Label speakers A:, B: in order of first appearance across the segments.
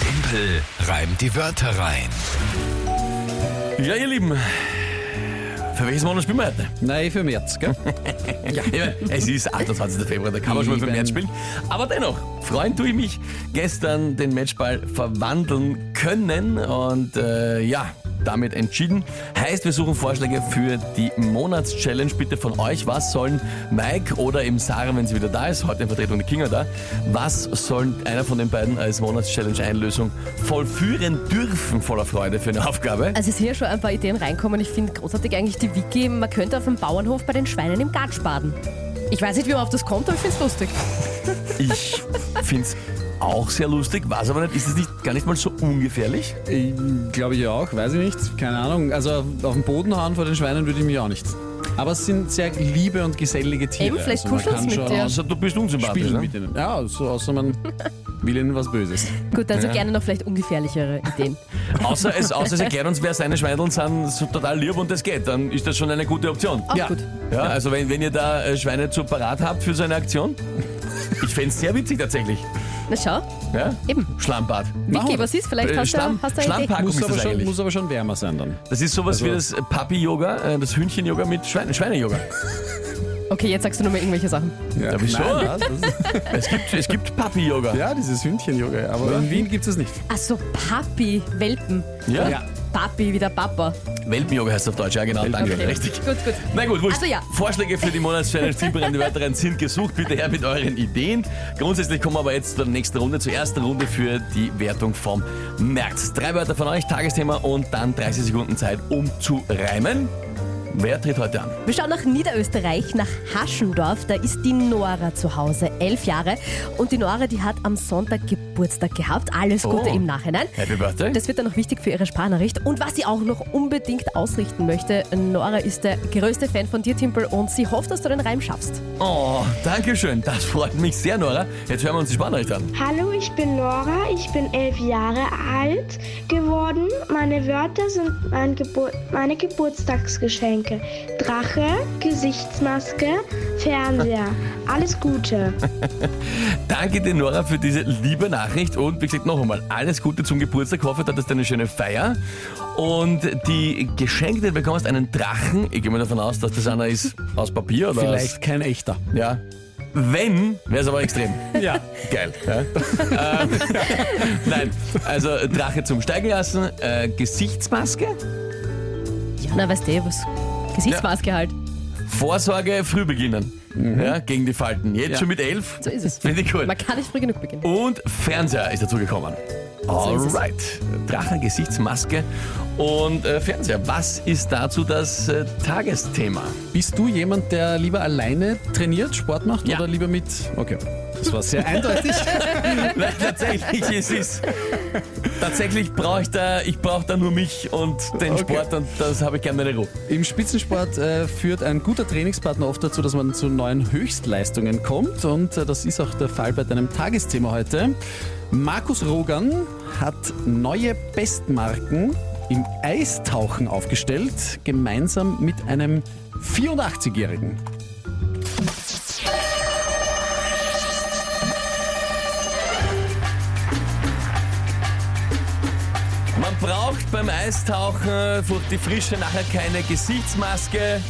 A: Tempel reimt die Wörter rein.
B: Ja, ihr Lieben. Für welches Monat spielen wir heute?
C: Nein, für März, gell?
B: Ja, es ist 28. Februar, da kann man schon mal für
C: Eben.
B: März spielen. Aber dennoch, freuen tue ich mich, gestern den Matchball verwandeln können. Und äh, ja, damit entschieden. Heißt, wir suchen Vorschläge für die Monatschallenge. Bitte von euch, was sollen Mike oder eben Sarah, wenn sie wieder da ist, heute in Vertretung der Kinga da, was soll einer von den beiden als Monatschallenge-Einlösung vollführen dürfen voller Freude für eine Aufgabe?
D: Also es sind ja schon ein paar Ideen reinkommen. Ich finde großartig eigentlich die Wiki, man könnte auf dem Bauernhof bei den Schweinen im Gatsch baden. Ich weiß nicht, wie man auf das kommt, aber ich finde es lustig.
B: Ich finde es auch sehr lustig, weiß aber nicht, ist es nicht gar nicht mal so ungefährlich?
C: Glaube ich ja auch, weiß ich nicht. Keine Ahnung. Also auf- auf dem Boden hauen vor den Schweinen würde ich mich auch nicht. Aber es sind sehr liebe und gesellige Tiere. Also,
D: Eben, vielleicht
C: man
D: kuscheln's
C: kann
D: mit
C: schon
D: dir.
C: auch
B: Außer Also du bist unsympathisch.
C: Spielen
B: ne?
C: mit ihnen. Ja, so außer man will ihnen was Böses.
D: Gut, also gerne noch vielleicht ungefährlichere Ideen.
B: Außer, es, außer es erklärt uns, wer seine Schweineln sind, so total lieb und das geht, dann ist das schon eine gute Option.
D: Auch
C: Ja.
D: gut.
B: Ja, also wenn, wenn ihr da äh, Schweine zu parat habt für so eine Aktion, ich fände es sehr witzig tatsächlich.
D: Na schau,
B: Ja?
D: eben.
B: Schlammbad.
C: Machen
D: Vicky,
C: wir
D: was ist? Vielleicht
B: Äh,
D: hast du,
B: Schlamm-
D: hast du eine Idee.
B: Schlammpack. Packung
C: Muss
B: ist
C: aber,
B: das
C: schon,
B: eigentlich.
C: muss aber schon wärmer sein dann.
B: Das ist sowas
C: Also-
B: wie das äh, Papi-Yoga, äh, das Hühnchen-Yoga mit Schweine- Schweine-Yoga.
D: Okay, jetzt sagst du nur mal irgendwelche Sachen.
C: Ja,
B: wieso?
C: Nein, was? Das-
B: es gibt, es gibt Papi-Yoga.
C: ja dieses Hündchen-Yoga. Aber in Wien gibt es nicht.
D: Ach so, Papi, Welpen.
B: Ja?
D: Papi, wieder Papa.
B: Welpen-Yoga heißt es auf Deutsch, ja genau, danke,
D: Okay.
B: richtig.
D: Gut, gut.
B: Na gut, wurscht.
D: Also ja.
B: Vorschläge für die Monatschallenge Timpelrennen, die weiteren sind gesucht. Bitte her mit euren Ideen. Grundsätzlich kommen wir aber jetzt zur nächsten Runde, zur ersten Runde für die Wertung vom März. Drei Wörter von euch, Tagesthema und dann 30 Sekunden Zeit, um zu reimen. Wer tritt heute an?
D: Wir schauen nach Niederösterreich, nach Haschendorf. Da ist die Nora zu Hause, elf Jahre. Und die Nora, die hat am Sonntag Geburtstag gehabt. Alles Gute
B: Oh.
D: im Nachhinein.
B: Happy Birthday.
D: Das wird dann noch wichtig für ihre Sparnachricht. Und was sie auch noch unbedingt ausrichten möchte, Nora ist der größte Fan von dir, Timpel, und sie hofft, dass du den Reim schaffst.
B: Oh, danke schön. Das freut mich sehr, Nora. Jetzt hören wir uns die Spannrecht an.
E: Hallo, ich bin Nora, ich bin elf Jahre alt geworden. Meine Wörter sind mein Gebur meine Geburtstagsgeschenke. Drache, Gesichtsmaske, Fernseher. Alles Gute.
B: Danke dir, Nora, für diese liebe Nachricht. Und wie gesagt, noch einmal, alles Gute zum Geburtstag. Hoffe, du hattest eine schöne Feier. Und die Geschenke, die du bekommst, einen Drachen. Ich gehe mal davon aus, dass das einer ist aus Papier oder
C: Vielleicht kein echter.
B: Aus, ja. Wenn, wäre es aber extrem.
C: Ja.
B: Geil. Ja? ähm, nein, also Drache zum Steigen lassen, äh, Gesichtsmaske,
D: Ja, na, weißt du, eh, was Gesichtsmaske halt.
B: Vorsorge früh beginnen. Ja, gegen die Falten. Jetzt
C: Ja.
B: schon mit elf.
D: Mhm. So ist es.
B: Finde ich gut.
D: Man kann nicht früh genug beginnen.
B: Und Fernseher ist dazugekommen.
D: ist es.
B: Alright. Drache, Gesichtsmaske und äh, Fernseher. Was ist dazu das äh, Tagesthema?
C: Bist du jemand, der lieber alleine trainiert, Sport macht
B: Ja.
C: oder lieber mit... Okay, das war sehr eindeutig.
B: Nein, tatsächlich ist es. Tatsächlich brauche ich da, ich brauche da nur mich und den
C: Okay.
B: Sport und das habe ich gerne meine Ruhe.
C: Im Spitzensport äh, führt ein guter Trainingspartner oft dazu, dass man zu neuen Höchstleistungen kommt und äh, das ist auch der Fall bei deinem Tagesthema heute. Markus Rogan hat neue Bestmarken im Eistauchen aufgestellt, gemeinsam mit einem 84-Jährigen.
B: Man braucht beim Eistauchen durch die Frische nachher keine Gesichtsmaske.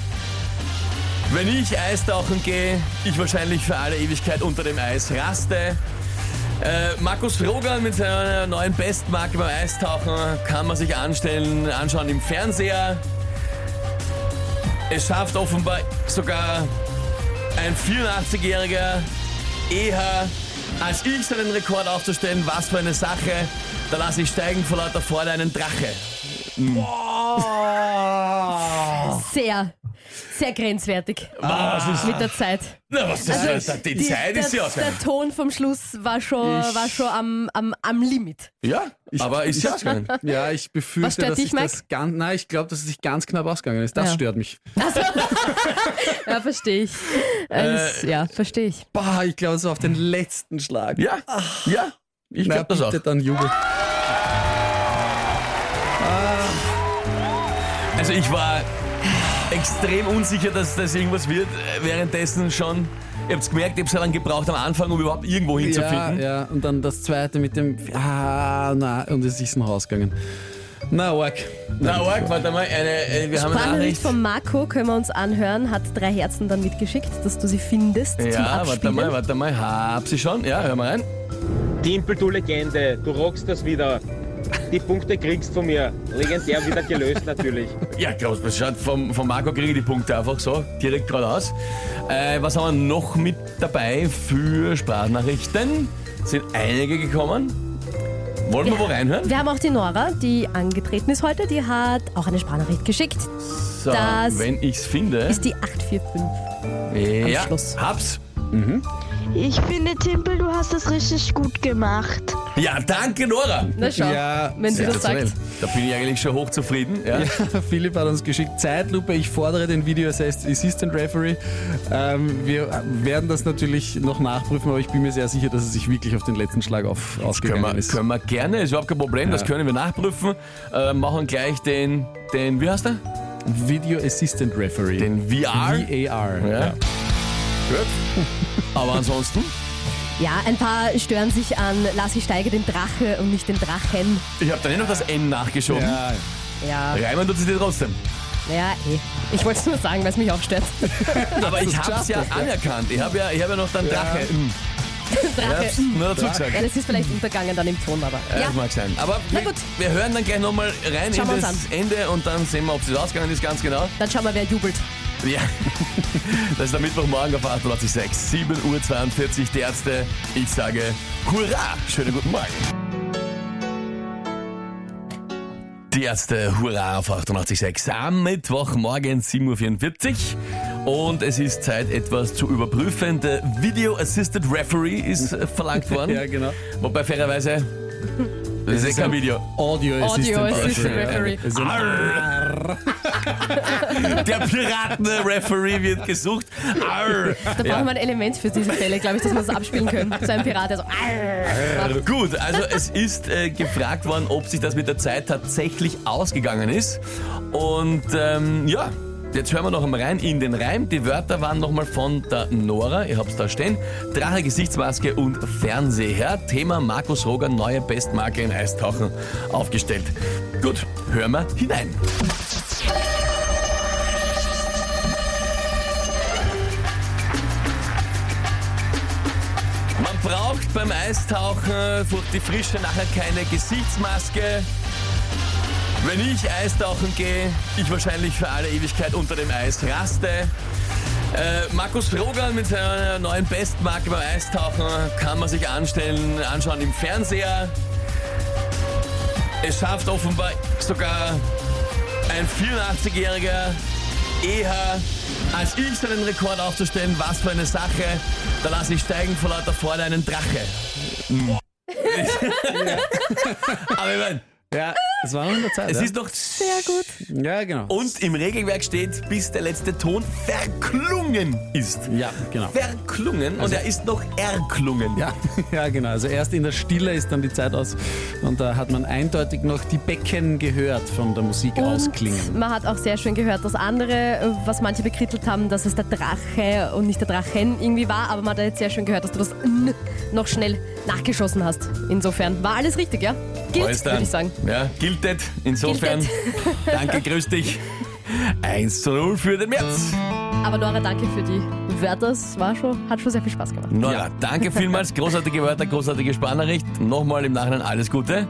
B: Wenn ich Eistauchen gehe, ich wahrscheinlich für alle Ewigkeit unter dem Eis raste. Äh, Markus Rogan mit seiner neuen Bestmarke beim Eistauchen kann man sich anstellen, anschauen im Fernseher. Es schafft offenbar sogar ein 84-jähriger eher als ich seinen Rekord aufzustellen. Was für eine Sache. Da lasse ich steigen vor lauter Freude einen Drache.
D: Sehr, sehr grenzwertig
B: Was Ah, ist
D: mit der Zeit.
B: Na, was ist das? Also, Die, Zeit ist ja
D: der, der
B: ausgegangen.
D: Ton vom Schluss war schon,
C: Ich-
D: war schon am, am, am Limit.
B: Ja, aber ist ja ausgegangen.
C: Ja, ich
D: Was
C: befürchte,
D: stört
C: dass
D: dich,
C: ich das ganz, nein, ich glaube, dass es sich ganz knapp ausgegangen ist. Das
D: Ja.
C: stört mich.
D: Also, Ja, verstehe ich.
B: Äh,
D: Es- ja, verstehe ich.
C: Bah, ich glaube, es war auf den letzten Schlag.
B: Ja, ja. Ich
C: Na,
B: glaube das auch.
C: bitte dann Jubel.
B: Also ich war extrem unsicher, dass das irgendwas wird. äh, Währenddessen schon Ihr habt's gemerkt, ich hab's so lange gebraucht am Anfang, um überhaupt irgendwo
C: Ja,
B: hinzufinden.
C: ja, und dann das zweite mit dem. Ah, na, und es ist ein rausgegangen. Na, Org.
B: Na, Org, warte mal, eine, äh, wir haben eine
D: Spannend
B: Nachricht.
D: von Marco können wir uns anhören, hat drei Herzen dann mitgeschickt, dass du sie findest zum
B: Ja, warte
D: Abspielen.
B: mal, warte mal, hab sie schon. Ja, hör mal rein.
F: Timpel, du Legende, du rockst das wieder. Die Punkte kriegst von mir. Legendär wieder gelöst natürlich.
B: Ja, Klaus, das schaut vom, vom Marco kriege ich die Punkte einfach so, direkt geradeaus. Äh, was haben wir noch mit dabei für Sprachnachrichten? Sind einige gekommen? Wollen wir wo reinhören?
D: Wir haben auch die Nora, die angetreten ist heute, die hat auch eine Sprachnachricht geschickt.
B: So,
D: das
B: wenn ich's finde.
D: Ist die 845.
B: ja,
D: am Schluss.
B: hab's.
E: Ich finde, Timpel, du hast das richtig gut gemacht.
B: Ja, danke, Nora.
D: Na schau,
C: Ja,
D: wenn sie
B: Sehr
D: das
B: schnell.
D: sagt.
B: Da bin ich eigentlich schon hochzufrieden. Ja.
C: Philipp hat uns geschickt, Zeitlupe, ich fordere den Video Assist- Assistant Referee. Ähm, wir werden das natürlich noch nachprüfen, aber ich bin mir sehr sicher, dass es sich wirklich auf den letzten Schlag auf,
B: Können,
C: ausgegangen
B: wir,
C: ist.
B: können wir gerne, ist überhaupt kein Problem, das können wir nachprüfen. Äh, machen gleich den, den, wie heißt der?
C: Video Assistant Referee.
B: Den VR.
C: VAR.
B: Ja.
C: Ja.
B: Gut. Aber ansonsten,
D: Ja, ein paar stören sich an Lassi Steiger den Drache und nicht den Drachen.
B: ich habe dann eh noch das N nachgeschoben.
C: Ja.
D: Ja, ja,
B: Reimann tut es dir trotzdem.
D: eh. Ich wollte es nur sagen, weil es mich auch stört.
B: Aber ich hab's
C: geschafft
B: ja
C: hast, ja.
B: anerkannt. Ich habe ja, ich hab ja noch dann Drache. Mm. Ich
D: Drache.
B: hab's nur dazu gesagt.
D: Hm. Ja, das ist vielleicht untergangen dann im Ton, aber
B: Ja,
D: ja.
B: Das mag sein. Aber
D: Na
B: wir,
D: gut.
B: wir hören dann gleich nochmal rein
D: Schauen wir
B: in
D: uns
B: das Ende und dann sehen wir, ob es ausgegangen ist, ganz genau.
D: Dann schauen wir, wer jubelt.
B: Ja. Das ist am Mittwochmorgen auf 886, 7.42 Uhr, der Ärzte. Ich sage Hurra! Schönen guten Morgen. Die erste Hurra auf 88.6 am Mittwochmorgen 7.44 Uhr. Und es ist Zeit, etwas zu überprüfen. Der Video Assisted Referee ist äh, verlangt worden.
C: Ja, genau.
B: Wobei fairerweise, das ist eh kein Video.
C: Audio,
D: Audio
C: Assistant
D: Assistant
C: Referee.
D: Referee.
B: Äh,
C: Es ist ein Arr.
B: Der Piraten-Referee wird gesucht. Arr.
D: Da brauchen wir ein Element für diese Fälle, glaube ich, dass wir das abspielen können. So ein Pirat, der so. Arr, macht.
B: Gut, also es ist äh, gefragt worden, ob sich das mit der Zeit tatsächlich ausgegangen ist. Und ähm, ja, jetzt hören wir noch einmal rein in den Reim. Die Wörter waren nochmal von der Nora, ihr habt's da stehen. Drache, Gesichtsmaske und Fernseher. Thema Markus Roger, neue Bestmarke im Eistauchen aufgestellt. Gut, hören wir hinein. Man braucht beim Eistauchen durch die Frische nachher keine Gesichtsmaske. Wenn ich Eistauchen gehe, ich wahrscheinlich für alle Ewigkeit unter dem Eis raste. Äh, Markus Rogan mit seiner neuen Bestmarke beim Eistauchen kann man sich anstellen, anschauen im Fernseher. Es schafft offenbar sogar ein 84-jähriger eher als ich seinen Rekord aufzustellen, was für eine Sache. Da lasse ich steigen vor lauter Freude einen Drache. Hm. Aber ich meine,
C: Ja, es war noch in der Zeit.
B: es
C: ja.
B: ist doch sehr gut.
C: ja, genau.
B: Und im Regelwerk steht, bis der letzte Ton verklungen ist.
C: ja, genau.
B: Verklungen und er ist noch erklungen.
C: Ja, ja, genau. Also erst in der Stille ist dann die Zeit aus und da hat man eindeutig noch die Becken gehört von der Musik ausklingen.
D: Und man hat auch sehr schön gehört, dass andere, was manche bekrittelt haben, dass es der Drache und nicht der Drachen irgendwie war, aber man hat jetzt sehr schön gehört, dass du das N noch schnell nachgeschossen hast. Insofäusern war alles richtig, ja? Gilt,
B: Äußern.
D: würde ich sagen.
B: Ja, gilt das. Insofern, danke, grüß dich. 1 zu 0 für den März.
D: Aber Nora, danke für die Wörter. Es war schon, hat schon sehr viel Spaß gemacht.
B: Nora, danke vielmals. Großartige Wörter, großartige Spannericht. Nochmal im Nachhinein alles Gute.